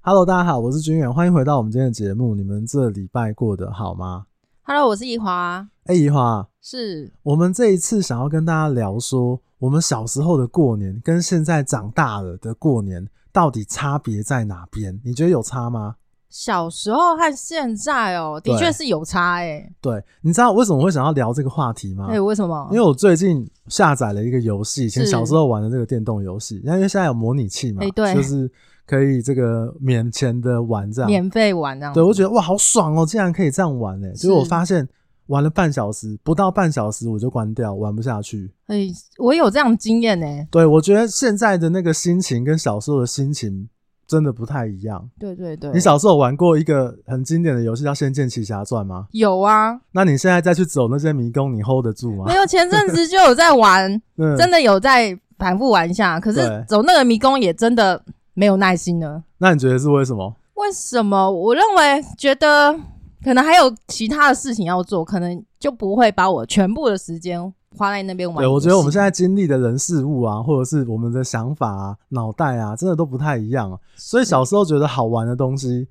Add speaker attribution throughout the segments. Speaker 1: Hello，大家好，我是君远，欢迎回到我们今天的节目。你们这礼拜过得好吗？
Speaker 2: Hello，我是怡华，
Speaker 1: 哎、怡华，
Speaker 2: 是
Speaker 1: 我们这一次想要跟大家聊说，我们小时候的过年跟现在长大了的过年到底差别在哪边？你觉得有差吗？
Speaker 2: 小时候和现在哦、的
Speaker 1: 对
Speaker 2: 确是有差哎、
Speaker 1: 对，你知道为什么会想要聊这个话题吗？
Speaker 2: 哎、为什么？
Speaker 1: 啊因为我最近下载了一个游戏，以前
Speaker 2: 是
Speaker 1: 小时候玩的这个电动游戏，那因为现在有模拟器嘛，
Speaker 2: 哎对
Speaker 1: 就是可以这个免钱的玩这样，
Speaker 2: 免费玩啊这样子，
Speaker 1: 对，我觉得哇，好爽哦！竟然可以这样玩诶、结果我
Speaker 2: 嗯是
Speaker 1: 发现玩了半小时，不到半小时我就关掉，玩不下去。
Speaker 2: 哎、我有这样的经验呢、欸
Speaker 1: 对，我觉得现在的那个心情跟小时候的心情真的不太一样。
Speaker 2: 对对对，
Speaker 1: 你小时候有玩过一个很经典的游戏叫《仙剑奇侠传》吗？
Speaker 2: 有啊？
Speaker 1: 那你现在再去走那些迷宫，你 hold 得住吗
Speaker 2: 没？有，前阵子就有在玩，
Speaker 1: 嗯
Speaker 2: 真的有在反复玩一下，可
Speaker 1: 对
Speaker 2: 是走那个迷宫也真的没有耐心了。
Speaker 1: 那你觉得是为什么？
Speaker 2: 为什么？我认为觉得可能还有其他的事情要做，可能就不会把我全部的时间花在那边玩
Speaker 1: 对，
Speaker 2: 游戏。
Speaker 1: 我觉得我们现在经历的人事物啊，或者是我们的想法啊、脑袋啊，真的都不太一样、啊。所以小时候觉得好玩的东西，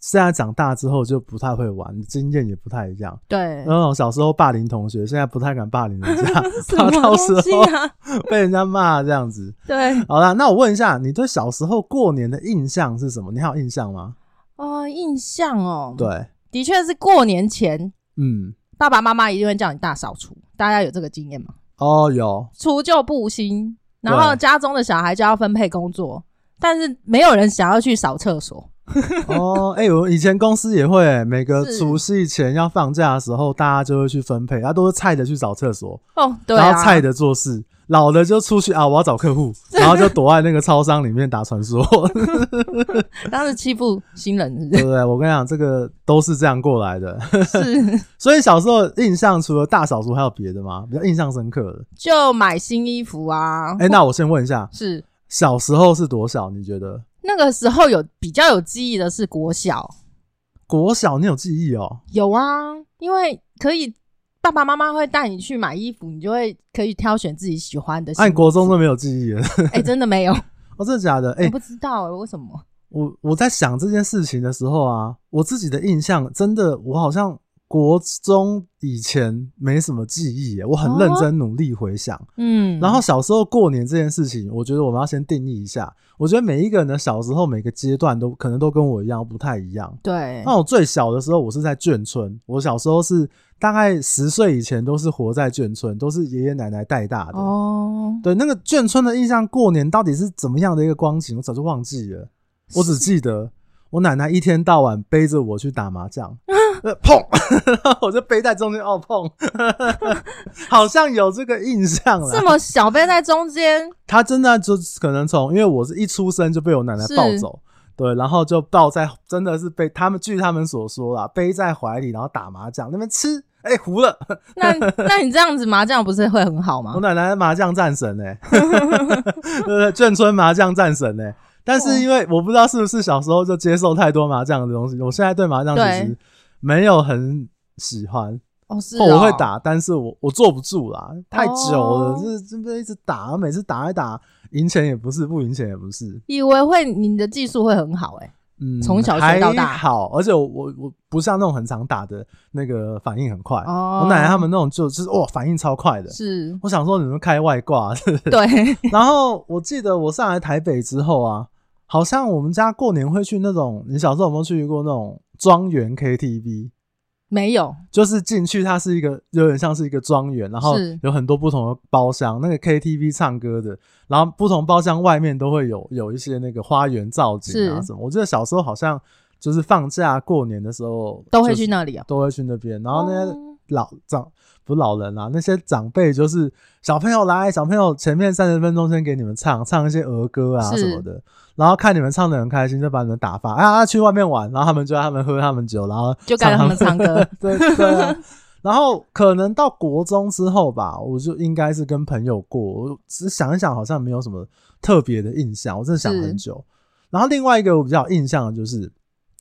Speaker 1: 现在长大之后就不太会玩，经验也不太一样。
Speaker 2: 对，
Speaker 1: 那种小时候霸凌同学，现在不太敢霸凌人家
Speaker 2: 什
Speaker 1: 怕
Speaker 2: 么
Speaker 1: 到
Speaker 2: 东
Speaker 1: 时
Speaker 2: 西
Speaker 1: 候
Speaker 2: 啊？
Speaker 1: 被人家骂这样子。
Speaker 2: 对，
Speaker 1: 好啦，那我问一下，你对小时候过年的印象是什么？你还有印象吗？
Speaker 2: 哦，印象哦，，
Speaker 1: 对，
Speaker 2: 的确是过年前，
Speaker 1: 嗯，
Speaker 2: 爸爸妈妈一定会叫你大扫除，大家有这个经验吗？
Speaker 1: 哦，有，
Speaker 2: 除旧布新，然后
Speaker 1: 对啊
Speaker 2: 家中的小孩就要分配工作，但是没有人想要去扫厕所，
Speaker 1: 哦，哎、我以前公司也会、每个
Speaker 2: 是
Speaker 1: 除夕前要放假的时候，大家就会去分配，然后啊都是菜的去找厕所，
Speaker 2: 哦，对
Speaker 1: 然
Speaker 2: 啊，
Speaker 1: 后菜的做事，老的就出去啊，我要找客户， 然后就躲在那个超商里面打传说，
Speaker 2: 当时欺负新人是不
Speaker 1: 对不对？我跟你讲，这个都是这样过来的。
Speaker 2: 是是，
Speaker 1: 所以小时候印象除了大扫除，还有别的吗？比较印象深刻的？
Speaker 2: 就买新衣服啊，
Speaker 1: 哎、那我先问一下，
Speaker 2: 是
Speaker 1: 小时候是多小？你觉得
Speaker 2: 那个时候有比较有记忆的是国小，
Speaker 1: 国小你有记忆哦？
Speaker 2: 有啊，因为可以。爸爸妈妈会带你去买衣服，你就会可以挑选自己喜欢的新衣服。
Speaker 1: 按啊国中都没有记忆 了，
Speaker 2: 哎、真的没有，
Speaker 1: 哦，真的假的？哎、
Speaker 2: 我不知道、欸、为什么。
Speaker 1: 我我在想这件事情的时候啊，我自己的印象真的，我好像国中以前没什么记忆耶，我
Speaker 2: 哦
Speaker 1: 很认真努力回想。
Speaker 2: 嗯，
Speaker 1: 然后小时候过年这件事情，我觉得我们要先定义一下。我觉得每一个人的小时候每个阶段都可能都跟我一样不太一样。
Speaker 2: 对，
Speaker 1: 那我最小的时候，我是在眷村。我小时候是大概十岁以前都是活在眷村，都是爷爷奶奶带大的。
Speaker 2: 哦，
Speaker 1: 对，那个眷村的印象，过年到底是怎么样的一个光景，我早就忘记了。我只记得我奶奶一天到晚背着我去打麻 将，呃碰， 然后我就背在中间哦碰， 好像有这个印象
Speaker 2: 这
Speaker 1: 啦。
Speaker 2: 么小杯在中间，
Speaker 1: 她真的就可能从，因为我是一出生就被我奶奶抱
Speaker 2: 是
Speaker 1: 走。对，然后就抱在，真的是被他们据他们所说啦，背在怀里，然后打麻将，那边吃，哎、糊了。
Speaker 2: 那 那你这样子麻将不是会很好吗
Speaker 1: 我？奶奶麻将战神 呢、欸，对不对？眷村麻将战神呢、但是因为我不知道是不是小时候就接受太多麻将的东西，我现在对麻将其实
Speaker 2: 对
Speaker 1: 没有很喜欢。
Speaker 2: 哦，是
Speaker 1: 哦我会
Speaker 2: 哦，
Speaker 1: 打，但是我我坐不住啦，太久了，
Speaker 2: 哦
Speaker 1: 就是这边一直打，每次打一打，赢钱也不是，不赢钱也不是。
Speaker 2: 以为会你的技术会很好哎、
Speaker 1: 嗯，
Speaker 2: 从小学到大
Speaker 1: 还好，而且我我我不像那种很常打的那个反应很快。
Speaker 2: 哦
Speaker 1: 我奶奶他们那种就就是哇，反应超快的。，
Speaker 2: 是
Speaker 1: 我想说你们开外挂，
Speaker 2: 对，
Speaker 1: 然后我记得我上来台北之后啊，好像我们家过年会去那种，你小时候有没有去过那种庄园 KTV？
Speaker 2: 没有，
Speaker 1: 就是进去，它是一个有点像是一个庄园，然后
Speaker 2: 是
Speaker 1: 有很多不同的包厢，那个 KTV 唱歌的，然后不同包厢外面都会有有一些那个花园造景啊
Speaker 2: 是
Speaker 1: 什么。我记得小时候好像就是放假过年的时候
Speaker 2: 都会
Speaker 1: 就是
Speaker 2: 去那里哦。
Speaker 1: 都会去那边，然后那些
Speaker 2: 哦
Speaker 1: 老长不是老人啊啦、那些长辈就是小朋友来，小朋友前面三十分钟先给你们唱唱一些儿歌啊
Speaker 2: 是
Speaker 1: 什么的，然后看你们唱的很开心，就把你们打发啊去外面玩，然后他们就让他们喝他们酒，然后
Speaker 2: 就该让他们
Speaker 1: 唱
Speaker 2: 唱 歌
Speaker 1: 对对啊、然后可能到国中之后吧，我就应该是跟朋友过，我只想一想，好像没有什么特别的印象，我真的想很
Speaker 2: 是
Speaker 1: 久。然后另外一个我比较有印象的就是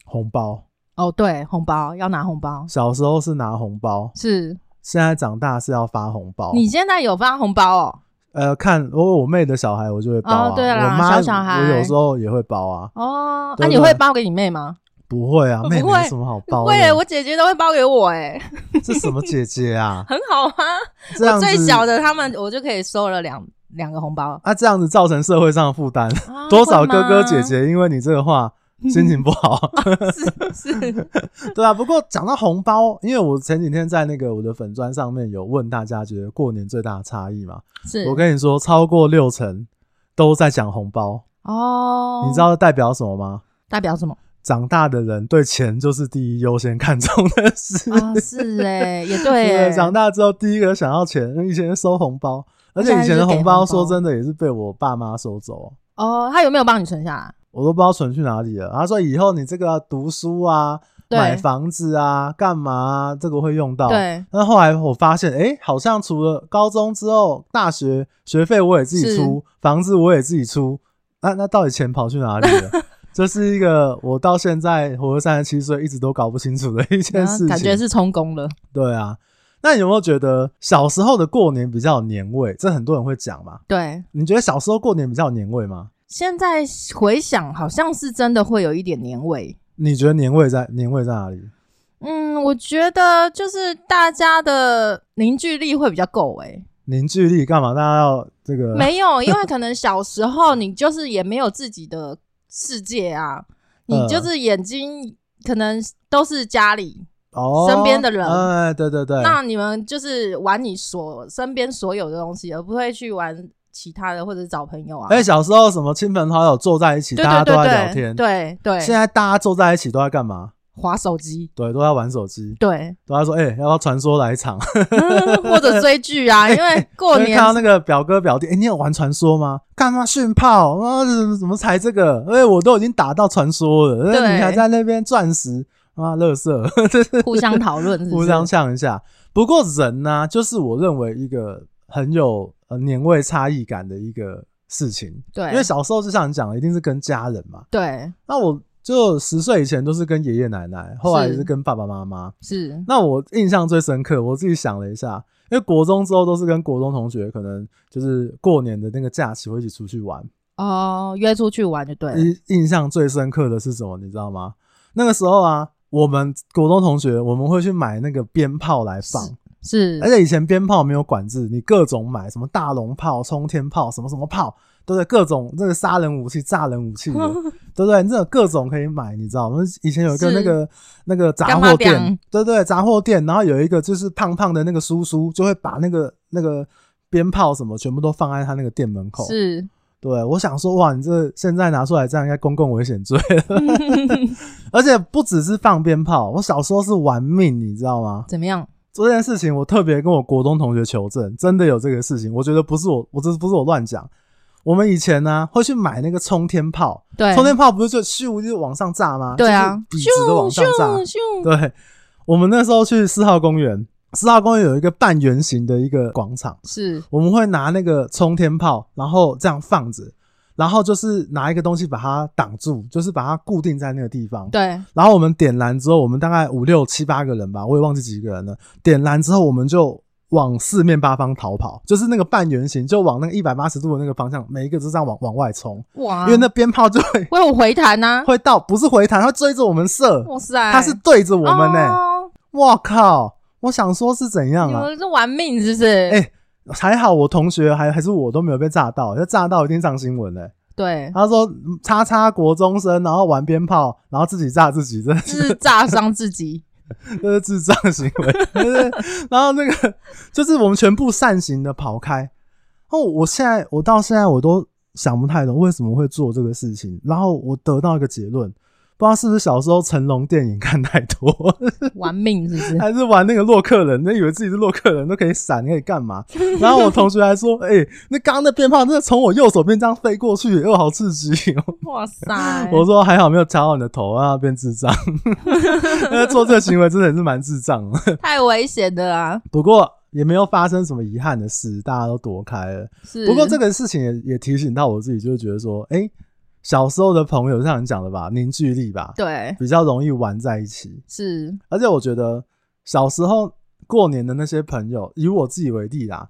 Speaker 1: 红包，
Speaker 2: 哦，对，红包要拿红包，
Speaker 1: 小时候是拿红包，
Speaker 2: 是
Speaker 1: 现在长大是要发红包。
Speaker 2: 你现在有发红包哦？
Speaker 1: 呃，看我我妹的小孩，我就会包啊。
Speaker 2: 哦对啦
Speaker 1: 我妈
Speaker 2: 小小孩
Speaker 1: 我有时候也会包啊，
Speaker 2: 哦，
Speaker 1: 对
Speaker 2: 那、你
Speaker 1: 对
Speaker 2: 会包给你妹吗？
Speaker 1: 不会啊，
Speaker 2: 不
Speaker 1: 妹妹
Speaker 2: 会
Speaker 1: 有什么好包的？
Speaker 2: 会，我姐姐都会包给我、欸，哎，？
Speaker 1: 这什么姐姐啊
Speaker 2: 很好啊。
Speaker 1: 这样子
Speaker 2: 最小的他们，我就可以收了两两个红包，
Speaker 1: 啊，这样子造成社会上的负担，
Speaker 2: 啊
Speaker 1: 多少哥哥姐姐因为你这个 话心情不好。
Speaker 2: 是是
Speaker 1: 对啊，不过讲到红包，因为我前几天在那个我的粉砖上面有问大家觉得过年最大的差异嘛，
Speaker 2: 是，
Speaker 1: 我跟你说，超过六成都在讲红包，
Speaker 2: 哦，
Speaker 1: 你知道代表什么吗？
Speaker 2: 代表什么
Speaker 1: 长大的人对钱就是第一优先看重的事。
Speaker 2: 啊？是哎、也 对、
Speaker 1: 哦对，
Speaker 2: 欸，
Speaker 1: 长大之后第一个想要钱，以前收红包，而且以前的红包说真的也是被我爸妈收走，
Speaker 2: 哦，他有没有帮你存下啊来？
Speaker 1: 我都不知道存去哪里了。他说以后你这个啊读书啊、
Speaker 2: 对
Speaker 1: 买房子啊、干嘛啊，这个会用到。
Speaker 2: 对，
Speaker 1: 但后来我发现，哎、好像除了高中之后，大学学费我也自己出，房子我也自己出，那那到底钱跑去哪里 了？这是一个我到现在活了三十七岁，一直都搞不清楚的一件
Speaker 2: 然
Speaker 1: 事
Speaker 2: 后
Speaker 1: 情。
Speaker 2: 嗯感觉是充公了，
Speaker 1: 对啊。那你有没有觉得小时候的过年比较有年味？这很多人会讲嘛。
Speaker 2: 对。
Speaker 1: 你觉得小时候过年比较有年味吗？
Speaker 2: 现在回想，好像是真的会有一点年味。
Speaker 1: 你觉得年味在年味在哪里？
Speaker 2: 嗯，我觉得就是大家的凝聚力会比较够诶、
Speaker 1: 凝聚力干嘛？大家要这个
Speaker 2: 没有，因为可能小时候你就是也没有自己的世界啊，
Speaker 1: 嗯
Speaker 2: 你就是眼睛可能都是家里，
Speaker 1: 哦，
Speaker 2: 身边的人
Speaker 1: 哎，对对对，
Speaker 2: 那你们就是玩你所身边所有的东西，而不会去玩其他的或者找朋友啊。
Speaker 1: 哎、小时候什么亲朋好友坐在一起，
Speaker 2: 对
Speaker 1: 大家
Speaker 2: 对
Speaker 1: 都在
Speaker 2: 对
Speaker 1: 聊天。
Speaker 2: 对对
Speaker 1: 现
Speaker 2: 对，
Speaker 1: 在大家坐在一起都在干嘛？
Speaker 2: 划手机，
Speaker 1: 对，都在玩手机，
Speaker 2: 对，
Speaker 1: 都在说：“哎、要不要传说来一场
Speaker 2: 嗯或者追剧 啊，因为？”过
Speaker 1: 哎因为
Speaker 2: 年
Speaker 1: 看到那个表哥表弟，哎、你有玩传说吗？干嘛训炮？啊，怎么怎么才这个？哎、我都已经打到传说了，
Speaker 2: 对
Speaker 1: 哎你还在那边钻石啊，乐色，
Speaker 2: 互相讨论是不是，
Speaker 1: 互相呛一下。不过人呢、就是我认为一个很有呃年味差异感的一个事情，
Speaker 2: 对，
Speaker 1: 因为小时候就像你讲的，一定是跟家人嘛。
Speaker 2: 对
Speaker 1: 那我就十岁以前都是跟爷爷奶奶，后来也是跟爸爸妈妈。
Speaker 2: 是
Speaker 1: 那我印象最深刻，我自己想了一下，因为国中之后都是跟国中同学，可能就是过年的那个假期会一起出去玩。
Speaker 2: 哦，约出去玩就对了，
Speaker 1: 印印象最深刻的是什么，你知道吗？那个时候啊，我们国中同学我们会去买那个鞭炮来放，
Speaker 2: 是
Speaker 1: 而且以前鞭炮没有管制，你各种买什么大龙炮、冲天炮、什么什么炮，对不对？各种这个杀人武器、炸人武器 的，对不对？你这种各种可以买，你知道吗？以前有一个
Speaker 2: 是
Speaker 1: 那个那个杂
Speaker 2: 干妈
Speaker 1: 货
Speaker 2: 店
Speaker 1: 店，对对，杂货店，然后有一个就是胖胖的那个叔叔，就会把那个那个鞭炮什么全部都放在他那个店门口。
Speaker 2: 是，
Speaker 1: 对，我想说，哇，你这现在拿出来这样应该公共危险罪 了， 而且不只是放鞭炮，我小时候是玩命，你知道吗？
Speaker 2: 怎么样？
Speaker 1: 这件事情，我特别跟我国中同学求证，真的有这个事情。我觉得不是我，我这不是我乱讲。我们以前呢、会去买那个冲天炮，
Speaker 2: 对，
Speaker 1: 冲天炮不是就咻就往上炸吗？
Speaker 2: 对啊
Speaker 1: 就是笔直的往上炸。
Speaker 2: 咻，
Speaker 1: 对，我们那时候去四号公园，四号公园有一个半圆形的一个广场，
Speaker 2: 是
Speaker 1: 我们会拿那个冲天炮，然后这样放着，然后就是拿一个东西把它挡住，就是把它固定在那个地方。
Speaker 2: 对，
Speaker 1: 然后我们点燃之后，我们大概五六七八个人吧，我也忘记几个人了。点燃之后，我们就往四面八方逃跑，就是那个半圆形，就往那个一百八十度的那个方向，每一个都这样往往外冲，
Speaker 2: 哇，
Speaker 1: 因为那鞭炮就会
Speaker 2: 为我回弹呐、
Speaker 1: 会到，不是回弹，它会追着我们射，
Speaker 2: 哇塞，
Speaker 1: 它是对着我们欸呢、
Speaker 2: 哦
Speaker 1: 我靠！我想说是怎样
Speaker 2: 你
Speaker 1: 啊？
Speaker 2: 们是玩命是不是？
Speaker 1: 哎还好我同学还还是我都没有被炸到，要炸到一定上新闻嘞、
Speaker 2: 对，
Speaker 1: 他说嗯叉叉国中生，然后玩鞭炮，然后自己炸自己，真的
Speaker 2: 这是炸伤自己，
Speaker 1: 这是智障行为。 就是然后那个就是我们全部扇形的跑开。哦，我现在我到现在我都想不太懂为什么会做这个事情。然后我得到一个结论，不知道是不是小时候成龙电影看太多，
Speaker 2: 玩命是不 是？
Speaker 1: 还是玩那个洛克人，那以为自己是洛克人都可以闪，可以干嘛？然后我同学还说：“哎、那刚刚那鞭炮真的从我右手边这样飞过去，哦，好刺激哦！”
Speaker 2: 哇塞，
Speaker 1: 我说还好没有砸到你的头啊，变智障。 那做这个行为真的也是蛮智障哦的。
Speaker 2: 太危险的啊啦，
Speaker 1: 不过也没有发生什么遗憾的事，大家都躲开了。
Speaker 2: 是。
Speaker 1: 不过这个事情也也提醒到我自己，就是觉得说，哎、小时候的朋友，像你讲的吧，凝聚力吧，
Speaker 2: 对
Speaker 1: 比较容易玩在一起。
Speaker 2: 是
Speaker 1: 而且我觉得小时候过年的那些朋友，以我自己为例啦，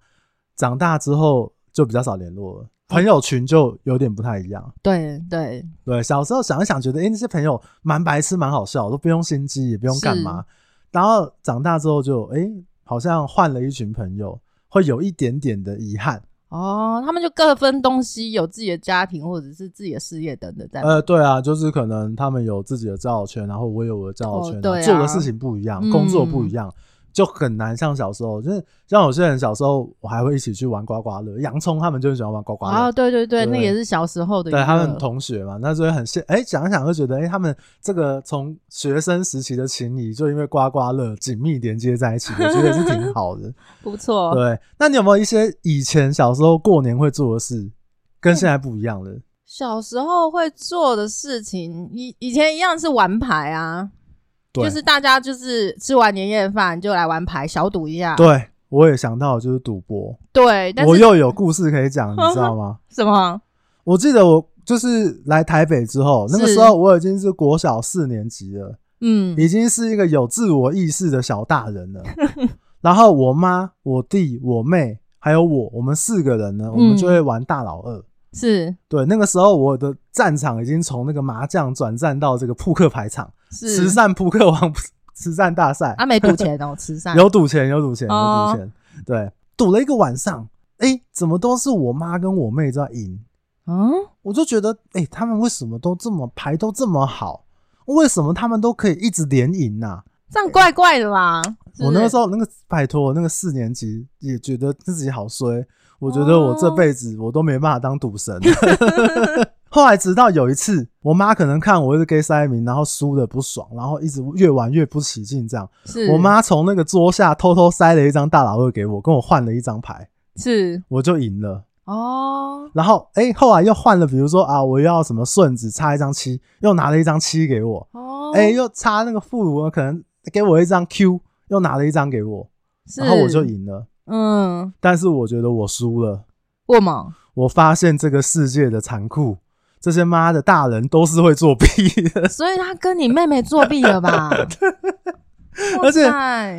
Speaker 1: 长大之后就比较少联络了。朋友群就有点不太一样，
Speaker 2: 对对，
Speaker 1: 对，小时候想一想，觉得哎、诶那些朋友蛮白痴，蛮好笑，都不用心机，也不用干嘛。然后长大之后就哎、诶好像换了一群朋友，会有一点点的遗憾。
Speaker 2: 哦，他们就各分东西，有自己的家庭或者是自己的事业等等在。
Speaker 1: 呃，对啊，就是可能他们有自己的交友圈，然后我有我的交友圈，
Speaker 2: 哦对啊
Speaker 1: 做的事情不一样，
Speaker 2: 嗯
Speaker 1: 工作不一样，就很难像小时候，就是像有些人小时候我还会一起去玩刮刮乐，洋葱他们就很喜欢玩刮刮乐，
Speaker 2: 哦，对对对，
Speaker 1: 对
Speaker 2: 那也是小时候的娱乐。
Speaker 1: 对他们同学嘛，那所以很羡哎，想一想就觉得哎、他们这个从学生时期的情谊，就因为刮刮乐紧密连接在一起，我觉得是挺好 的。
Speaker 2: 不错。
Speaker 1: 对，那你有没有一些以前小时候过年会做的事，跟现在不一样的？
Speaker 2: 小时候会做的事情，以以前一样是玩牌啊，
Speaker 1: 对，
Speaker 2: 就是大家就是吃完年夜饭就来玩牌，小赌一下。
Speaker 1: 对，我也想到就是赌博，
Speaker 2: 对，但
Speaker 1: 我
Speaker 2: 是
Speaker 1: 又有故事可以讲，你知道吗？
Speaker 2: 什么？
Speaker 1: 我记得我就是来台北之后，那个
Speaker 2: 是
Speaker 1: 时候我已经是国小四年级了。
Speaker 2: 嗯，
Speaker 1: 已经是一个有自我意识的小大人了。 然后我妈、我弟、我妹还有我，我们四个人呢，
Speaker 2: 嗯
Speaker 1: 我们就会玩大老二。
Speaker 2: 是
Speaker 1: 对，那个时候我的战场已经从那个麻将转战到这个扑克牌场，慈
Speaker 2: 是
Speaker 1: 善扑克王 慈善大赛，
Speaker 2: 啊，没赌钱哦，慈 善
Speaker 1: 有赌钱，有赌钱，有
Speaker 2: 哦
Speaker 1: 赌钱。对，赌了一个晚上，哎，怎么都是我妈跟我妹在赢。
Speaker 2: 嗯，
Speaker 1: 我就觉得，哎、他们为什么都这么牌都这么好？为什么他们都可以一直连赢啊呐、
Speaker 2: 这样怪怪的啦。
Speaker 1: 我那个时
Speaker 2: 候
Speaker 1: 候那个拜托，那个四年级也觉得自己好衰，我觉得
Speaker 2: 哦
Speaker 1: 我这辈子我都没办法当赌神。 后来直到有一次，我妈可能看我是 gay 塞明，然后输的不爽，然后一直越玩越不起劲，这样，
Speaker 2: 是
Speaker 1: 我妈从那个桌下偷偷塞了一张大老二给我，跟我换了一张牌，
Speaker 2: 是
Speaker 1: 我就赢了。
Speaker 2: 哦，
Speaker 1: 然后哎、诶后来又换了，比如说啊，我要什么顺子插一张七，又拿了一张七给我，
Speaker 2: 哦，
Speaker 1: 哎、又插那个副乳，可能给我一张 Q，又拿了一张给我。
Speaker 2: 是
Speaker 1: 然后我就赢了。
Speaker 2: 嗯，
Speaker 1: 但是我觉得我输了，
Speaker 2: 我嘛，
Speaker 1: 我发现这个世界的残酷，这些妈的大人都是会作弊的。
Speaker 2: 所以他跟你妹妹作弊 了吧？
Speaker 1: 而且
Speaker 2: 且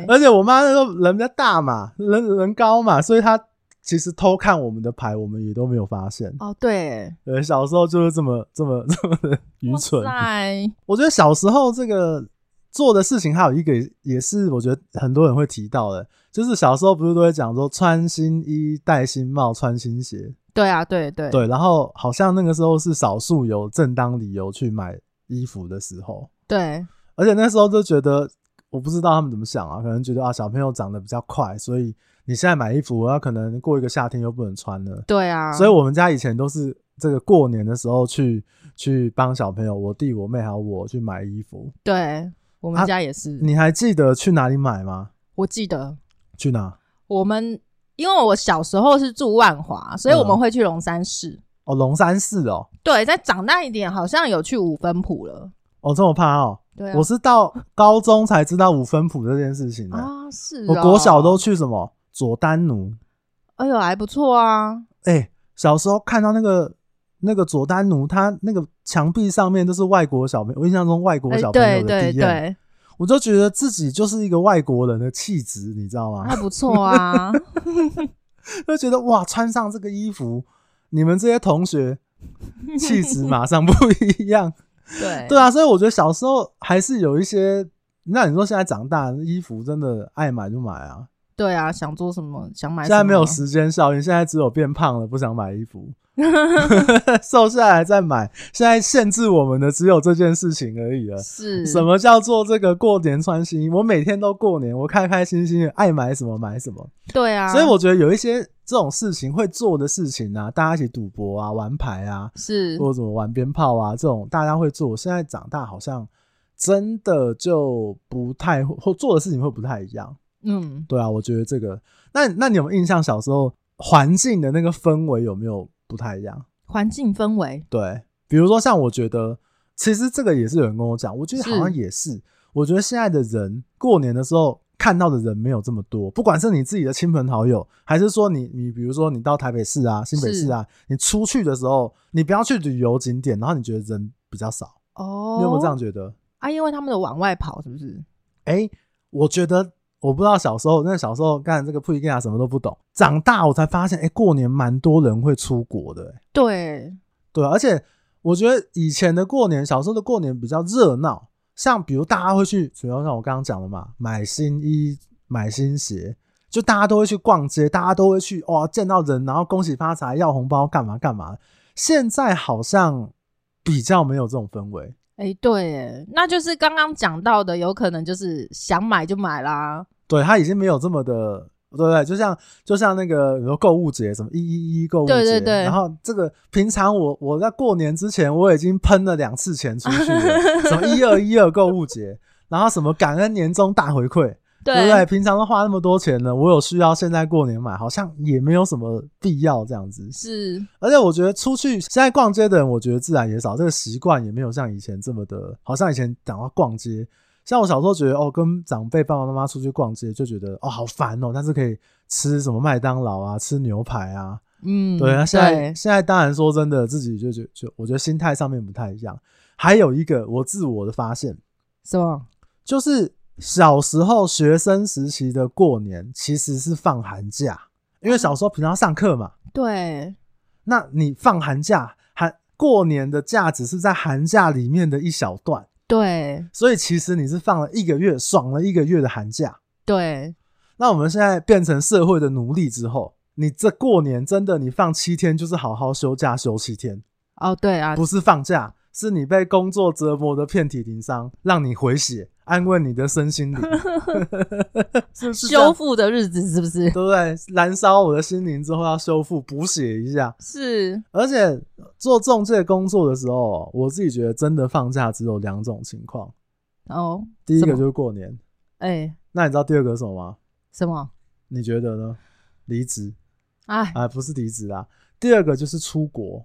Speaker 1: 而且我妈那时候人比较大嘛，人人高嘛，所以她其实偷看我们的牌，我们也都没有发现。
Speaker 2: 哦，对，
Speaker 1: 呃，小时候就是这么这么这么的愚蠢。
Speaker 2: 哇塞
Speaker 1: 我觉得小时候这个做的事情，还有一个也是我觉得很多人会提到的，就是小时候不是都会讲说穿新衣、戴新帽、穿新鞋，
Speaker 2: 对啊，对对，
Speaker 1: 对，然后好像那个时候是少数有正当理由去买衣服的时候，
Speaker 2: 对
Speaker 1: 而且那时候就觉得，我不知道他们怎么想啊，可能觉得啊小朋友长得比较快，所以你现在买衣服，我要可能过一个夏天又不能穿了。
Speaker 2: 对啊，
Speaker 1: 所以我们家以前都是这个过年的时候去去帮小朋友，我弟、我妹还有我去买衣服。
Speaker 2: 对我
Speaker 1: 啊
Speaker 2: 们家也是，
Speaker 1: 你还记得去哪里买吗？
Speaker 2: 我记得
Speaker 1: 去哪？
Speaker 2: 我们。因为我小时候是住万华，所以我
Speaker 1: 嗯
Speaker 2: 们会去龙山寺。
Speaker 1: 哦，龙山寺哦，
Speaker 2: 对，再长大一点，好像有去五分埔了。
Speaker 1: 哦这么怕哦，
Speaker 2: 对啊，
Speaker 1: 我是到高中才知道五分埔这件事情的、
Speaker 2: 啊，是、哦、
Speaker 1: 我国小都，去什么佐丹奴？
Speaker 2: 哎呦，还不错啊。
Speaker 1: 哎、小时候看到那个那个佐丹奴，他那个墙壁上面都是外国小朋友，我印象中外国
Speaker 2: 哎
Speaker 1: 小朋
Speaker 2: 对
Speaker 1: 友的
Speaker 2: 对
Speaker 1: D N，、
Speaker 2: 对，
Speaker 1: 我就觉得自己就是一个外国人的气质，你知道吗？
Speaker 2: 还不错 啊。
Speaker 1: 就觉得哇，穿上这个衣服，你们这些同学气质马上不一样。
Speaker 2: 对
Speaker 1: 对啊，所以我觉得小时候还是有一些。那你说现在长大，衣服真的爱买就买啊！
Speaker 2: 对啊，想做什么想买什
Speaker 1: 现
Speaker 2: 么，
Speaker 1: 在没有时间效应，现在只有变胖了不想买衣服， 瘦下来再买。现在限制我们的只有这件事情而已了。
Speaker 2: 是
Speaker 1: 什么叫做这个过年穿新衣？我每天都过年，我开开心心的，爱买什么买什么。
Speaker 2: 对啊，
Speaker 1: 所以我觉得有一些这种事情会做的事情啊，大家一起赌博啊、玩牌啊，
Speaker 2: 是
Speaker 1: 或者怎么玩鞭炮啊，这种大家会做。现在长大好像真的就不太或做的事情会不太一样。
Speaker 2: 嗯，
Speaker 1: 对啊，我觉得这个，那那你有没有印象小时候环境的那个氛围有没有不太一样？
Speaker 2: 环境氛围
Speaker 1: 对，比如说像我觉得，其实这个也是有人跟我讲，我觉得
Speaker 2: 是
Speaker 1: 好像也是，我觉得现在的人过年的时候看到的人没有这么多，不管是你自己的亲朋好友，还是说你你比如说你到台北市啊、新北市啊，你出去的时候，你不要去旅游景点，然后你觉得人比较少，
Speaker 2: 哦
Speaker 1: 你有没有这样觉得？
Speaker 2: 啊？因为他们有往外跑，是不是？
Speaker 1: 哎、我觉得。我不知道小时候，那小时候干这个 pre g a 什么都不懂，长大我才发现，哎、过年蛮多人会出国的、哎
Speaker 2: 对，
Speaker 1: 对啊、而且我觉得以前的过年，小时候的过年比较热闹，像比如大家会去，主要像我刚刚讲的嘛，买新衣、买新鞋，就大家都会去逛街，大家都会去哇、见到人，然后恭喜发财、要红包，干嘛干嘛。现在好像比较没有这种氛围，
Speaker 2: 哎、对耶，那就是刚刚讲到的，有可能就是想买就买啦。
Speaker 1: 对他已经没有这么的，对不对？就像就像那个比如说购物节什么一一一购物节，
Speaker 2: 对对对
Speaker 1: 然后这个平常我我在过年之前我已经喷了两次钱出 去了，什么一二一二购物节，然后什么感恩年终大回馈，对不对？平常都花那么多钱了，我有需要现在过年买，好像也没有什么必要这样子。
Speaker 2: 是，
Speaker 1: 而且我觉得出去现在逛街的人，我觉得自然也少，这个习惯也没有像以前这么的，好像以前讲到逛街，像我小时候觉得哦，跟长辈爸爸妈妈出去逛街就觉得哦好烦哦，但是可以吃什么麦当劳啊，吃牛排啊，
Speaker 2: 嗯，
Speaker 1: 对啊。现在
Speaker 2: 对
Speaker 1: 现在当然说真的，自己就觉就我觉得心态上面不太一样。啊还有一个我自我的发现，
Speaker 2: 什么？
Speaker 1: 就是小时候学生时期的过年其实是放寒假，因为小时候平常上课嘛，
Speaker 2: 对，
Speaker 1: 那你放寒假，寒过年的假只是在寒假里面的一小段，
Speaker 2: 对，
Speaker 1: 所以其实你是放了一个月，爽了一个月的寒假。
Speaker 2: 对，
Speaker 1: 那我们现在变成社会的奴隶之后，你这过年真的你放七天就是好好休假休七天，
Speaker 2: 哦，对啊，
Speaker 1: 不是放假，是你被工作折磨的遍体鳞伤，让你回血，安慰你的身心 灵，是不是这样
Speaker 2: 修复的日子是不是？
Speaker 1: 对不对？燃烧我的心灵之后要修复补血一下，
Speaker 2: 是，
Speaker 1: 而且做中介工作的时候，我自己觉得真的放假只有两种情况，
Speaker 2: 哦，
Speaker 1: 第一个
Speaker 2: 什么
Speaker 1: 就是过年。
Speaker 2: 哎、
Speaker 1: 那你知道第二个是什么吗？
Speaker 2: 什么？
Speaker 1: 你觉得呢？离职
Speaker 2: 哎，
Speaker 1: 啊，不是离职啦，第二个就是出国，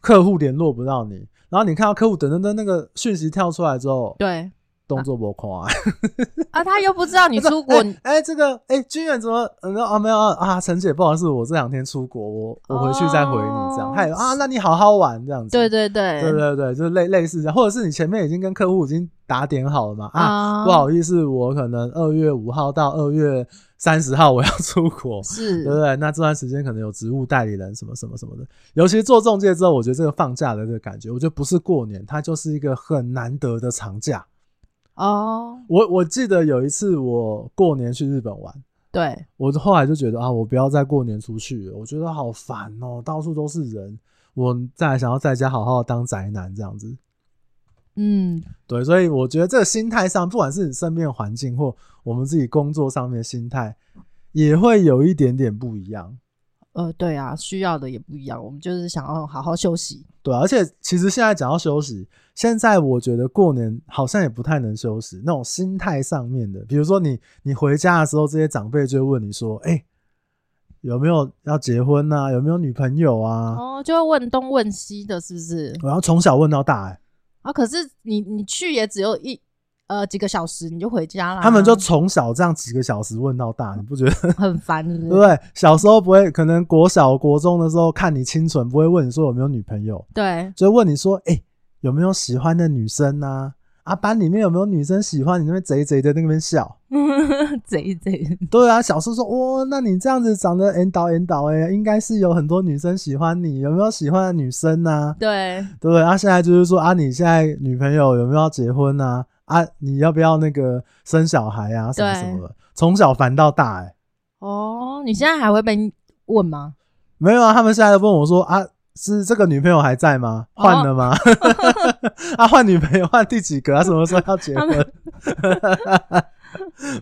Speaker 1: 客户联络不到你，然后你看到客户等等等那个讯息跳出来之后，
Speaker 2: 对
Speaker 1: 动作不快。
Speaker 2: 啊，他又不知道你出国，
Speaker 1: 哎、哎这个哎、君远怎么？嗯啊没有啊啊，陈姐不好意思，我这两天出国，我我回去再回你这样。
Speaker 2: 哦
Speaker 1: 还有啊，那你好好玩这样子。
Speaker 2: 对对对
Speaker 1: 对对对，就是类类似这样，或者是你前面已经跟客户已经打点好了嘛啊，
Speaker 2: 啊
Speaker 1: 不好意思，我可能二月五号到二月三十号我要出国，
Speaker 2: 是
Speaker 1: 对不对？那这段时间可能有职务代理人什么什么什么的，尤其做中介之后，我觉得这个放假的这个感觉，我觉得不是过年，它就是一个很难得的长假。
Speaker 2: 哦，
Speaker 1: 我我记得有一次我过年去日本玩，
Speaker 2: 对，
Speaker 1: 我后来就觉得啊，我不要再过年出去了，我觉得好烦哦，到处都是人，我再来想要在家好好地当宅男这样子。
Speaker 2: 嗯，
Speaker 1: 对，所以我觉得这个心态上，不管是你身边的环境或我们自己工作上面的心态，也会有一点点不一样。
Speaker 2: 呃，对啊，需要的也不一样，我们就是想要好好休息。
Speaker 1: 对啊、而且其实现在讲到休息，现在我觉得过年好像也不太能休息，那种心态上面的，比如说你你回家的时候，这些长辈就会问你说：“哎、有没有要结婚啊？有没有女朋友啊
Speaker 2: 哦，就会问东问西的，是不是？”？
Speaker 1: 我要从小问到大、哎
Speaker 2: 啊，可是你你去也只有一呃几个小时，你就回家啦。
Speaker 1: 他们就从小这样几个小时问到大，你不觉得
Speaker 2: 很烦，是不
Speaker 1: 对不
Speaker 2: 是？
Speaker 1: 对？小时候不会，可能国小、国中的时候看你清纯，不会问你说有没有女朋友，
Speaker 2: 对
Speaker 1: 就会问你说，哎、有没有喜欢的女生呐？啊？班里面有没有女生喜欢你那边贼贼的那边笑？
Speaker 2: 贼贼，
Speaker 1: 对啊，小时候说，哇、那你这样子长得 N 导 N 导哎，应该是有很多女生喜欢你，有没有喜欢的女生呐？
Speaker 2: 对
Speaker 1: 对不对？啊，现在就是说啊，你现在女朋友有没有要结婚呐？啊，你要不要那个生小孩啊？什么
Speaker 2: 对
Speaker 1: 什么的，从小烦到大哎、
Speaker 2: 哦，你现在还会被问吗？
Speaker 1: 没有啊，他们现在都问我说啊，是这个女朋友还在吗？
Speaker 2: 哦
Speaker 1: 换了吗？ 啊，换女朋友换第几个啊？什么时候要结
Speaker 2: 他
Speaker 1: 婚？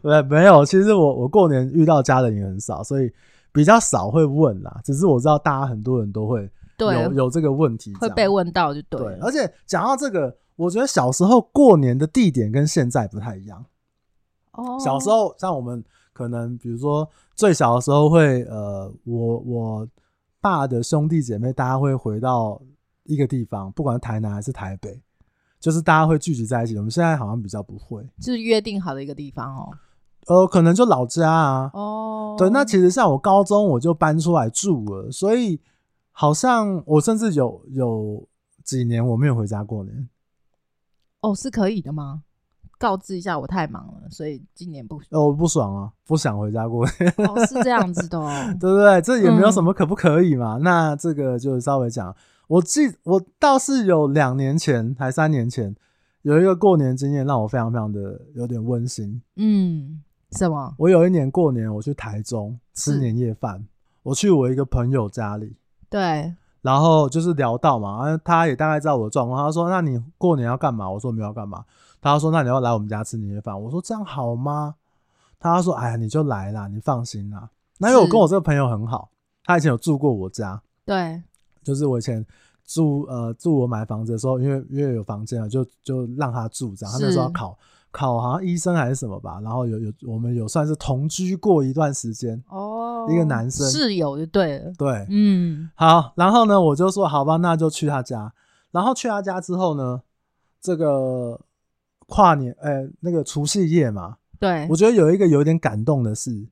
Speaker 1: 没没有，其实我我过年遇到家人也很少，所以比较少会问啦。只是我知道大家很多人都会
Speaker 2: 对
Speaker 1: 有，有这个问题，
Speaker 2: 会被。问到就对
Speaker 1: 对，
Speaker 2: 了。
Speaker 1: 而且讲到这个，我觉得小时候过年的地点跟现在不太一样。
Speaker 2: 哦，
Speaker 1: 小时候像我们可能比如说最小的时候会呃，我我爸的兄弟姐妹大家会回到一个地方，不管是台南还是台北，就是大家会聚集在一起。我们现在好像比较不会，
Speaker 2: 就是约定好的一个地方哦。
Speaker 1: 呃，可能就老家啊。
Speaker 2: 哦，
Speaker 1: 对，那其实像我高中我就搬出来住了，所以好像我甚至有有几年我没有回家过年。
Speaker 2: 哦是可以的吗？告知一下我太忙了，所以今年不
Speaker 1: 呃，我不爽啊，不想回家过年，
Speaker 2: 哦，是这样子的哦。
Speaker 1: 对不对？这也没有什么可不可以嘛。那这个就稍微讲，我记我倒是有两年前还三年前有一个过年经验，让我非常非常的有点温馨。
Speaker 2: 嗯，什么？
Speaker 1: 我有一年过年，我去台中吃
Speaker 2: 是
Speaker 1: 年夜饭，我去我一个朋友家里，
Speaker 2: 对，
Speaker 1: 然后就是聊到嘛，啊他也大概知道我的状况，他说：“那你过年要干嘛？”我说：“没有要干嘛。”他说：“那你要来我们家吃年夜饭？”我说：“这样好吗？”他说：“哎呀，你就来啦，你放心啦。”那因为我跟我这个朋友很好，他以前有住过我家，
Speaker 2: 对，
Speaker 1: 就是我以前住呃住我买房子的时候，因为因为有房间了，就就让他住这样。他那时候要
Speaker 2: 是
Speaker 1: 考考好像医生还是什么吧，然后有有我们有算是同居过一段时间，
Speaker 2: 哦
Speaker 1: 一个男生
Speaker 2: 室友就对了。
Speaker 1: 对，
Speaker 2: 嗯，
Speaker 1: 好，然后呢，我就说好吧，那就去他家。然后去他家之后呢，这个跨年，呃、那个除夕夜嘛，
Speaker 2: 对
Speaker 1: 我，觉得有一个有点感动的事，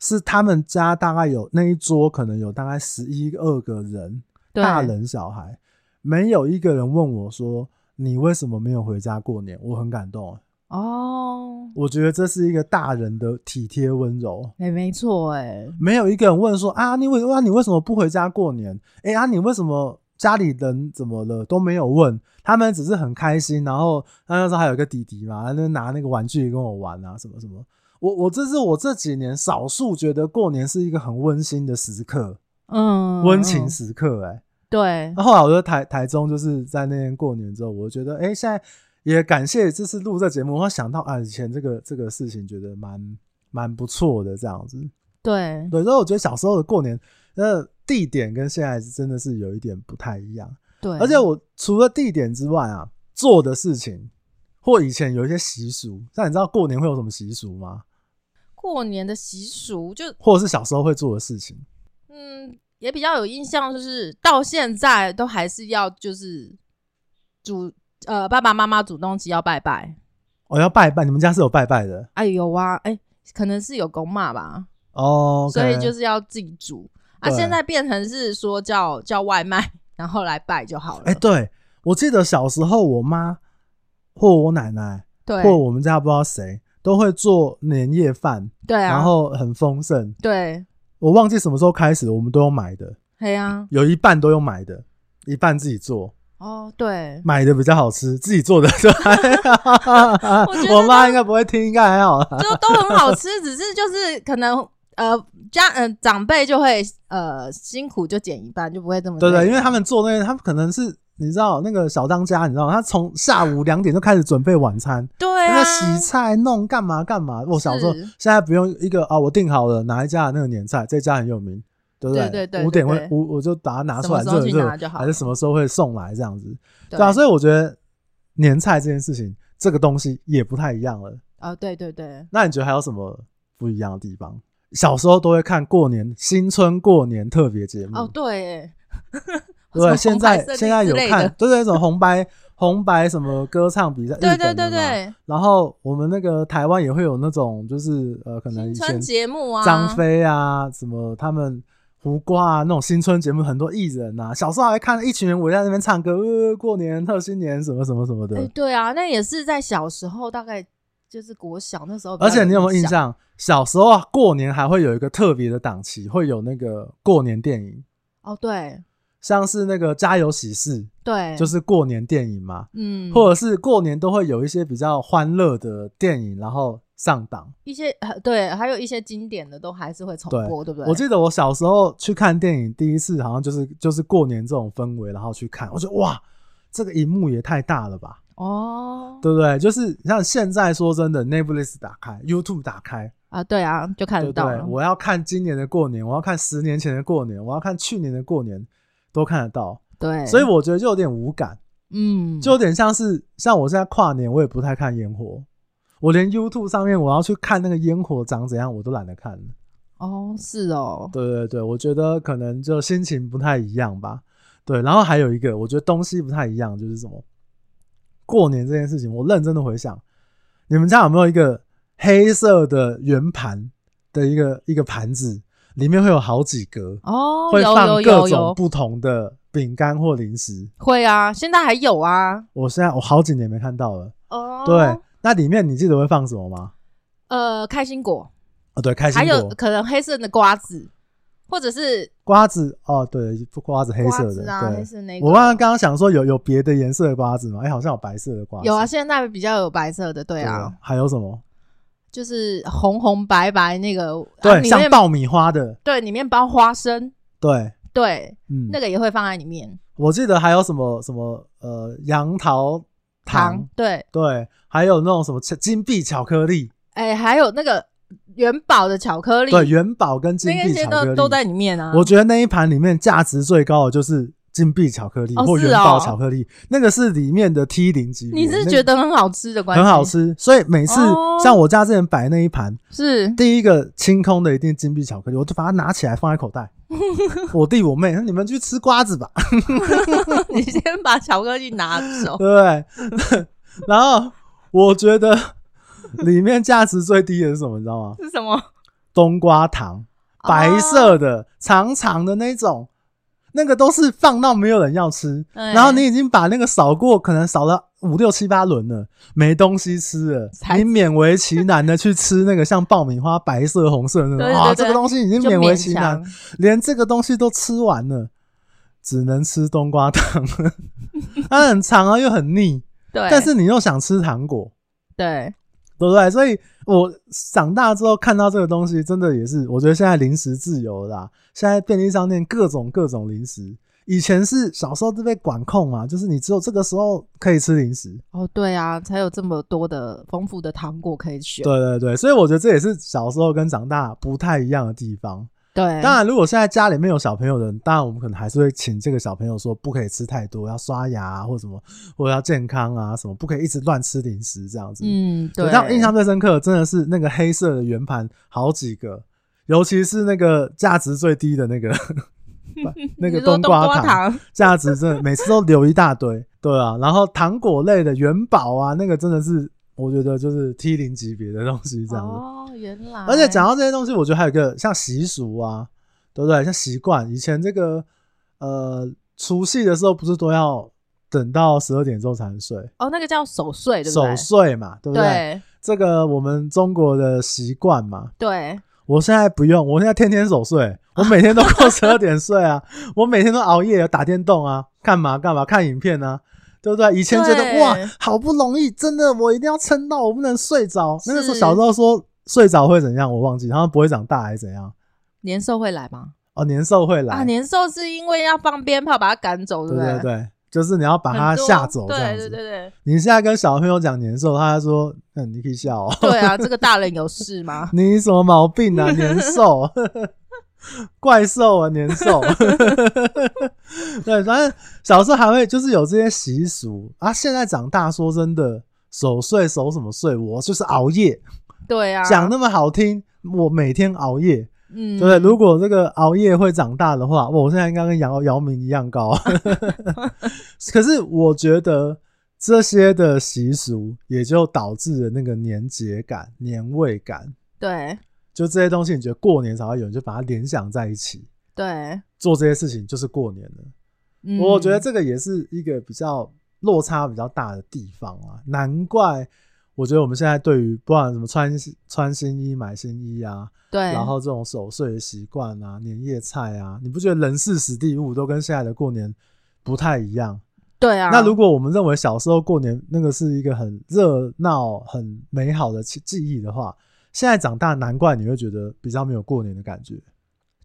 Speaker 1: 是他们家大概有那一桌可能有大概十一二个人，
Speaker 2: 对
Speaker 1: 大人小孩，没有一个人问我说你为什么没有回家过年，我很感动。
Speaker 2: 哦，
Speaker 1: 我觉得这是一个大人的体贴温柔。
Speaker 2: 哎、没错，哎，
Speaker 1: 没有一个人问说啊，你为啊你为什么不回家过年？哎、啊你为什么家里人怎么了都没有问，他们只是很开心。然后他那时候还有一个弟弟嘛，他就拿那个玩具跟我玩啊，什么什么。我我这是我这几年少数觉得过年是一个很温馨的时刻，
Speaker 2: 嗯，
Speaker 1: 温情
Speaker 2: 嗯，
Speaker 1: 时刻、哎、
Speaker 2: 对，
Speaker 1: 那后来我就台台中就是在那边过年之后，我觉得哎、现在也感谢这次录这节目，我想到啊以前这个这个事情，觉得蛮蛮不错的这样子。
Speaker 2: 对，
Speaker 1: 对，所以我觉得小时候的过年，那地点跟现在是真的是有一点不太一样。
Speaker 2: 对，
Speaker 1: 而且我除了地点之外啊，做的事情或以前有一些习俗，像你知道过年会有什么习俗吗？
Speaker 2: 过年的习俗就
Speaker 1: 或者是小时候会做的事情？
Speaker 2: 嗯，也比较有印象，就是到现在都还是要就是主呃爸爸妈妈主动期要拜拜。
Speaker 1: 哦，要拜拜，你们家是有拜拜的
Speaker 2: 哎有啊，哎、可能是有公骂吧
Speaker 1: 哦，
Speaker 2: 所以就是是要自己煮啊。
Speaker 1: 对
Speaker 2: 现在变成是说叫叫外卖，然后来拜就好了。
Speaker 1: 哎、对我记得小时候我妈或我奶奶
Speaker 2: 对
Speaker 1: 或我们家不知道谁都会做年夜饭，
Speaker 2: 对啊，
Speaker 1: 然后很丰盛。
Speaker 2: 对，
Speaker 1: 我忘记什么时候开始，我们都有买的。
Speaker 2: 哎呀、
Speaker 1: 有一半都用买的，一半自己做，
Speaker 2: 哦对，
Speaker 1: 买的比较好吃，自己做的就还好
Speaker 2: 我觉。得
Speaker 1: 我妈应该不会听，应该还好啦。
Speaker 2: 就都很好吃，只是就是可能呃家嗯、长辈就会呃辛苦就减一半，就不会这么
Speaker 1: 对
Speaker 2: 累
Speaker 1: 对，因为他们做那个，他们可能是你知道那个小当家，你知道吗他从下午两点就开始准备晚餐，
Speaker 2: 对
Speaker 1: 那
Speaker 2: 啊
Speaker 1: 个洗菜弄干嘛干嘛。我小时候
Speaker 2: 是
Speaker 1: 现在不用一个啊，我订好了哪一家的那个年菜，这家很有名。对不
Speaker 2: 对对对对
Speaker 1: 五点会
Speaker 2: 对
Speaker 1: 五，我就把它拿出来
Speaker 2: 什
Speaker 1: 热
Speaker 2: 么时候
Speaker 1: 一
Speaker 2: 去
Speaker 1: 热
Speaker 2: 拿就，好
Speaker 1: 还是什么时候会送来这样子？
Speaker 2: 对
Speaker 1: 对啊，所以我觉得年菜这件事情，这个东西也不太一样了。
Speaker 2: 哦，对对对，
Speaker 1: 那你觉得还有什么不一样的地方？小时候都会看过年新春过年特别节目，
Speaker 2: 哦对 耶，
Speaker 1: 嗯对，
Speaker 2: 什么
Speaker 1: 现
Speaker 2: 红白
Speaker 1: 在
Speaker 2: 胜利
Speaker 1: 现在有
Speaker 2: 之类
Speaker 1: 看
Speaker 2: 的，
Speaker 1: 对对，什么红白红白什么歌唱比赛，
Speaker 2: 对
Speaker 1: 日
Speaker 2: 对
Speaker 1: 本的
Speaker 2: 对
Speaker 1: 嘛。
Speaker 2: 对，
Speaker 1: 然后我们那个台湾也会有那种，就是呃，可能以
Speaker 2: 新
Speaker 1: 前
Speaker 2: 春节目啊，
Speaker 1: 张飞啊，什么他们胡瓜啊那种新春节目，很多艺人啊，小时候还看一群人围在那边唱歌，呃，过年特新年什么什么什么的。
Speaker 2: 哎对啊，那也是在小时候，大概就是国小那时候比较，
Speaker 1: 而且你有没有印象？小时候啊，过年还会有一个特别的档期，会有那个过年电影，
Speaker 2: 哦，对
Speaker 1: 像是那个《家有喜事》，
Speaker 2: 对，
Speaker 1: 就是是过年电影嘛，
Speaker 2: 嗯，
Speaker 1: 或者是过年都会有一些比较欢乐的电影，然后上档。
Speaker 2: 一些 呃对，还有一些经典的都还是会重
Speaker 1: 对
Speaker 2: 播，对不对？
Speaker 1: 我记得我小时候去看电影，第一次好像就是就是过年这种氛围，然后去看，我觉得哇，这个荧幕也太大了吧，
Speaker 2: 哦
Speaker 1: 对不对？就是像现在说真的，Netflix 打开，YouTube 打开，
Speaker 2: 啊，对啊，就看
Speaker 1: 对
Speaker 2: 得
Speaker 1: 不对
Speaker 2: 到了，？
Speaker 1: 我要看今年的过年，我要看十年前的过年，我要看去年的过年，都看得到。
Speaker 2: 对，
Speaker 1: 所以我觉得就有点无感，
Speaker 2: 嗯，
Speaker 1: 就有点像是像我现在跨年，我也不太看烟火，我连 YouTube 上面我要去看那个烟火长怎样，我都懒得看了。
Speaker 2: 哦是哦，
Speaker 1: 对对对，我觉得可能就心情不太一样吧。对，然后还有一个，我觉得东西不太一样，就是什么过年这件事情，我认真的回想，你们家有没有一个黑色的圆盘的一个一个盘子，里面会有好几格，
Speaker 2: 哦
Speaker 1: 会
Speaker 2: 有
Speaker 1: 放
Speaker 2: 有
Speaker 1: 各
Speaker 2: 有
Speaker 1: 种
Speaker 2: 有
Speaker 1: 不同的饼干或零食？
Speaker 2: 会啊，现在还有啊，
Speaker 1: 我现在我好几年没看到了。
Speaker 2: 哦
Speaker 1: 对，，那里面你记得会放什么吗？
Speaker 2: 呃，开心果，
Speaker 1: 哦，对，开
Speaker 2: 还
Speaker 1: 心
Speaker 2: 有
Speaker 1: 果、
Speaker 2: 可能黑色的瓜子，或者是
Speaker 1: 瓜子，哦，对，瓜子黑
Speaker 2: 瓜
Speaker 1: 色
Speaker 2: 子
Speaker 1: 的，
Speaker 2: 啊，
Speaker 1: 对
Speaker 2: 黑。色那个。
Speaker 1: 我刚刚刚刚想说有有别的颜色的瓜子吗？哎、好像有白色的瓜子，
Speaker 2: 有啊，，现在比较有白色的，对啊，
Speaker 1: 还有什么？
Speaker 2: 就是红红白白那个，啊、
Speaker 1: 对，
Speaker 2: 里
Speaker 1: 像
Speaker 2: 面
Speaker 1: 爆米花的，
Speaker 2: 对里面包花生，
Speaker 1: 对，
Speaker 2: 对，
Speaker 1: 嗯，
Speaker 2: 那个也会放在里面。
Speaker 1: 我记得还有什么什么呃杨桃糖，
Speaker 2: 糖对，
Speaker 1: 对，还有那种什么巧金币巧克力，
Speaker 2: 哎、还有那个元宝的巧克力，
Speaker 1: 对，元宝跟金
Speaker 2: 那
Speaker 1: 币
Speaker 2: 些
Speaker 1: 巧克
Speaker 2: 都
Speaker 1: 力
Speaker 2: 都在。里面啊。
Speaker 1: 我觉得那一盘里面价值最高的就是金币巧克力
Speaker 2: 哦
Speaker 1: 或
Speaker 2: 是
Speaker 1: 元宝
Speaker 2: 哦
Speaker 1: 巧克力，那个是里面的 T 零级别，
Speaker 2: 你是
Speaker 1: 那
Speaker 2: 觉得很好吃的关系，
Speaker 1: 很好吃，所以每次
Speaker 2: 哦
Speaker 1: 像我家之前摆那一盘，
Speaker 2: 是
Speaker 1: 第一个清空的一定金币巧克力， 我就把它拿起来放在口 袋。我弟我妹，你们去吃瓜子吧，
Speaker 2: 你先把巧克力拿走，
Speaker 1: 对不对？然后我觉得里面价值最低的是什么，你知道吗？
Speaker 2: 是什么？
Speaker 1: 冬瓜糖，
Speaker 2: 哦
Speaker 1: 白色的、长长的那种，那个都是放到没有人要吃，
Speaker 2: 对
Speaker 1: 然后你已经把那个扫过，可能扫了五六七八轮了，没东西吃了，
Speaker 2: 才
Speaker 1: 你勉为其难的去吃那个像爆米花白色红色的那种
Speaker 2: 对对
Speaker 1: 啊，
Speaker 2: 对
Speaker 1: 这个东西已经
Speaker 2: 就
Speaker 1: 勉为
Speaker 2: 勉
Speaker 1: 其难
Speaker 2: 强，，
Speaker 1: 连这个东西都吃完了，只能吃冬瓜糖， 它很长啊又很腻，
Speaker 2: 对，
Speaker 1: 但是你又想吃糖果，
Speaker 2: 对，
Speaker 1: 对不对？所以我长大之后看到这个东西，真的也是，我觉得现在零食自由啦，现在便利商店各种各种零食。以前是小时候都被管控嘛，就是你只有这个时候可以吃零食。
Speaker 2: 哦，对啊，才有这么多的丰富的糖果可以选。
Speaker 1: 对对对，所以我觉得这也是小时候跟长大不太一样的地方。
Speaker 2: 对，
Speaker 1: 当然，如果现在家里面有小朋友的人，当然我们可能还是会请这个小朋友说不可以吃太多，要刷牙、啊、或什么，或者要健康啊什么，不可以一直乱吃零食这样子。
Speaker 2: 嗯，对，
Speaker 1: 但我印象最深刻的真的是那个黑色的圆盘，好几个，尤其是那个价值最低的那 个那个
Speaker 2: 你说冬
Speaker 1: 瓜
Speaker 2: 瓜
Speaker 1: 糖，
Speaker 2: 糖，
Speaker 1: 价值真的每次都留一大堆，对啊。然后糖果类的元宝啊，那个真的是我觉得就是 T 零级别的东西这样子。
Speaker 2: 哦，原来，
Speaker 1: 而且讲到这些东西，我觉得还有一个像习俗啊，对不对？像习惯，以前这个呃除夕的时候不是都要等到十二点之后才能睡，
Speaker 2: 哦，那个叫守岁，对不
Speaker 1: 守
Speaker 2: 对？
Speaker 1: 岁嘛，对不对？
Speaker 2: 对
Speaker 1: 这个我们中国的习惯嘛。
Speaker 2: 对，
Speaker 1: 我现在不用，我现在天天守岁，我每天都过十二点睡啊，我每天都熬夜打电动啊，干嘛干嘛看影片啊，对不对？以前觉得
Speaker 2: 对
Speaker 1: 哇，好不容易，真的我一定要撑到我不能睡着。那个时候
Speaker 2: 是
Speaker 1: 小时候说睡着会怎样，我忘记，好像不会长大还是怎样。
Speaker 2: 年兽会来吗？
Speaker 1: 哦，年兽会来，
Speaker 2: 啊，年兽是因为要放鞭炮把它赶走，
Speaker 1: 对
Speaker 2: 不
Speaker 1: 对
Speaker 2: 对？
Speaker 1: 对，就是你要把
Speaker 2: 很
Speaker 1: 它
Speaker 2: 多
Speaker 1: 吓走这样
Speaker 2: 对
Speaker 1: 子。
Speaker 2: 对对对，
Speaker 1: 你现在跟小朋友讲年兽，他说：“嗯，你可以笑、哦。”？
Speaker 2: 对啊，这个大人有事吗
Speaker 1: 你什么毛病 啊？年兽， 怪兽啊，年兽。 对，反正小时候还会就是有这些习俗啊。现在长大，说真的，守岁守什么岁？我就是熬夜，
Speaker 2: 对啊，
Speaker 1: 讲那么好听，我每天熬夜，
Speaker 2: 嗯，
Speaker 1: 对不对？如果这个熬夜会长大的话，哇我现在应该跟姚姚明一样 高。啊可是我觉得。这些的习俗也就导致了那个年节感、年味感，
Speaker 2: 对
Speaker 1: 就这些东西，你觉得过年才会有，你就把它联想在一起，
Speaker 2: 对，
Speaker 1: 做这些事情就是过年了。
Speaker 2: 嗯
Speaker 1: 我觉得这个也是一个比较落差比较大的地方啊，难怪我觉得我们现在对于不管什么穿新穿新衣、买新衣啊，
Speaker 2: 对，
Speaker 1: 然后这种守岁的习惯啊、年夜菜啊，你不觉得人事实地物都跟现在的过年不太一样？
Speaker 2: 对啊，
Speaker 1: 那如果我们认为小时候过年那个是一个很热闹、很美好的记记忆的话，现在长大，难怪你会觉得比较没有过年的感觉。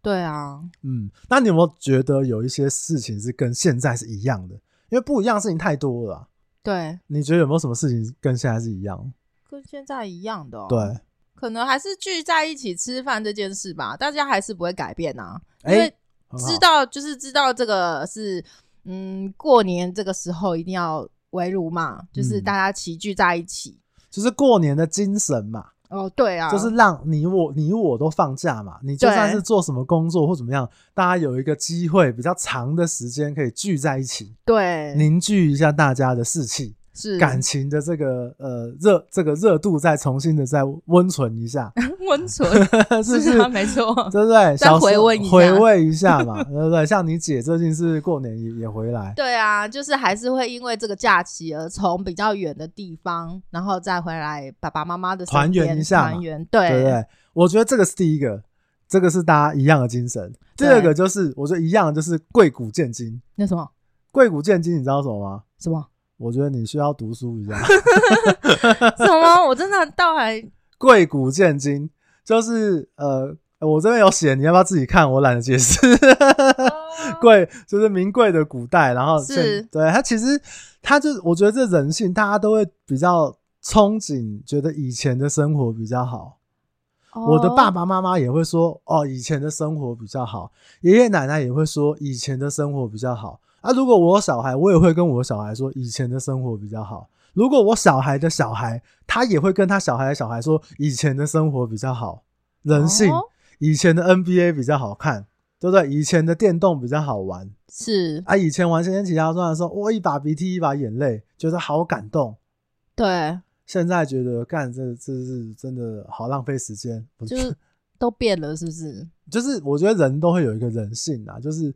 Speaker 2: 对啊，
Speaker 1: 嗯，那你有没有觉得有一些事情是跟现在是一样的？因为不一样的事情太多了啊、
Speaker 2: 对，
Speaker 1: 你觉得有没有什么事情跟现在是一样？
Speaker 2: 跟现在一样的、哦，
Speaker 1: 对，，
Speaker 2: 可能还是聚在一起吃饭这件事吧，大家还是不会改变啊，因
Speaker 1: 哎
Speaker 2: 为
Speaker 1: 很好
Speaker 2: 知道就是知道这个是，嗯，过年这个时候一定要围炉嘛，就是
Speaker 1: 嗯
Speaker 2: 大家齐聚在一起。
Speaker 1: 就是过年的精神嘛，
Speaker 2: 哦，对啊，
Speaker 1: 就是让你我你我都放假嘛，你就
Speaker 2: 对
Speaker 1: 算是做什么工作或怎么样，大家有一个机会比较长的时间可以聚在一起，
Speaker 2: 对，
Speaker 1: 凝聚一下大家的士气。
Speaker 2: 是
Speaker 1: 感情的这个呃热这个热度再重新的再温存一 下，
Speaker 2: 温存，
Speaker 1: 是不是？
Speaker 2: 啊，没错，
Speaker 1: 对不对？
Speaker 2: 再
Speaker 1: 小时
Speaker 2: 回温一下
Speaker 1: 回味一下嘛， 对不对？像你姐最近是过年也也回来，
Speaker 2: 对啊，就是还是会因为这个假期而从比较远的地方，然后再回来爸爸妈妈的身
Speaker 1: 团圆
Speaker 2: 边
Speaker 1: 一下嘛
Speaker 2: 团圆
Speaker 1: 对不对？我觉得这个是第一个，这个是大家一样的精神。第
Speaker 2: 对
Speaker 1: 二个就是我觉得一样的就是贵古见今，
Speaker 2: 那什么
Speaker 1: 贵古见今，你知道什么吗？
Speaker 2: 什么
Speaker 1: 我觉得你需要读书一下。
Speaker 2: 什么，我真的到还
Speaker 1: 贵古见今就是呃，我这边有写，你要不要自己看？我懒得解释。 贵就是名贵的古代，然后
Speaker 2: 哦是
Speaker 1: 现对它其实它就是我觉得这人性，大家都会比较憧憬，觉得以前的生活比较好。
Speaker 2: 哦
Speaker 1: 我的爸
Speaker 2: 爸
Speaker 1: 爸妈妈也会说，哦，以前的生活比较好，爷爷奶奶也会说以前的生活比较好。啊，如果我有小孩，我也会跟我小孩说以前的生活比较好。如果我小孩的小孩，他也会跟他小孩的小孩说以前的生活比较好。人性，
Speaker 2: 哦
Speaker 1: 以前的 NBA 比较好看，对不对？以前的电动比较好玩
Speaker 2: 是
Speaker 1: 啊。以前玩《仙剑奇侠传》的时候，我一把鼻涕一把眼泪，觉得好感动。
Speaker 2: 对，
Speaker 1: 现在觉得干这这是真的好浪费时间，不是
Speaker 2: 就是都变了，是不是？
Speaker 1: 就是我觉得人都会有一个人性啊，就是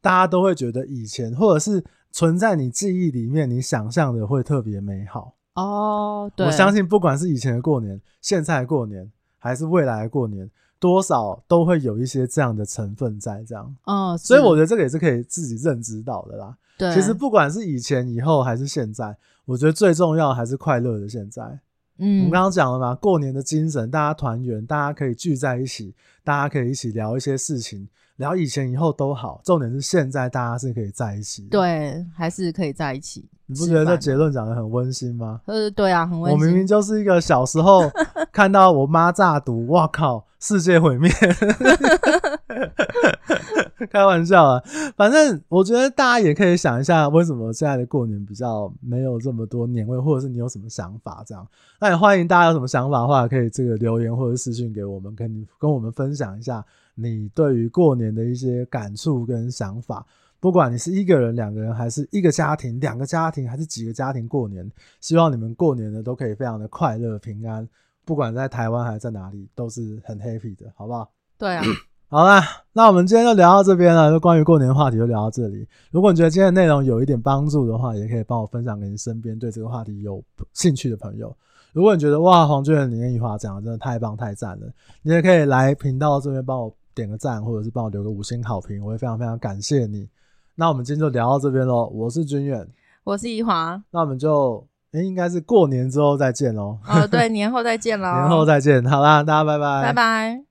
Speaker 1: 大家都会觉得以前或者是存在你记忆里面，你想象的会特别美好。
Speaker 2: 哦，对，
Speaker 1: 我相信不管是以前的过年、现在的过年，还是未来的过年，多少都会有一些这样的成分在这样。
Speaker 2: 嗯，
Speaker 1: 所以
Speaker 2: 是
Speaker 1: 我觉得这个也是可以自己认知到的啦。
Speaker 2: 对
Speaker 1: 其实不管是以前、以后还是现在，我觉得最重要还是快乐的现在。我
Speaker 2: 嗯
Speaker 1: 们刚刚讲了嘛，过年的精神，大家团圆，大家可以聚在一起，大家可以一起聊一些事情，聊以前以后都好。重点是现在大家是可以在一起的。，
Speaker 2: 对还是可以在一起，
Speaker 1: 你不觉得这
Speaker 2: 吃
Speaker 1: 结论讲的很温馨吗？
Speaker 2: 饭呃对啊，很温
Speaker 1: 我明明
Speaker 2: 馨，
Speaker 1: 就是一个小时 候看到我妈炸毒，哇靠，世界毁灭！ 开玩笑啊，反正我觉得大家也可以想一下，为什么现在的过年比较没有这么多年味，或者是你有什么想法这样？那也欢迎大家有什么想法的话，可以这个留言或者私信给我们，跟你跟我们分享一下你对于过年的一些感触跟想法。不管你是一个人、两个人，还是一个家庭、两个家庭，还是几个家庭过年，希望你们过年呢都可以非常的快乐平安，不管在台湾还是在哪里，都是很 happy 的，好不好？
Speaker 2: 对啊，
Speaker 1: 好啦，那我们今天就聊到这边了，就关于过年的话题就聊到这里。如果你觉得今天的内容有一点帮助的话，也可以帮我分享给你身边对这个话题有兴趣的朋友。如果你觉得哇，黄俊仁、林彦宇华讲的真的太棒太赞了，你也可以来频道这边帮我点个赞，或者是帮我留个五星好评，我会非常非常感谢你。那我们今天就聊到这边喽，我是君远，
Speaker 2: 我是怡华，
Speaker 1: 那我们就、诶应该是过年之后再见喽，
Speaker 2: 哦对，年后再见喽，
Speaker 1: 年后再见，好啦，大家拜拜，
Speaker 2: 拜拜。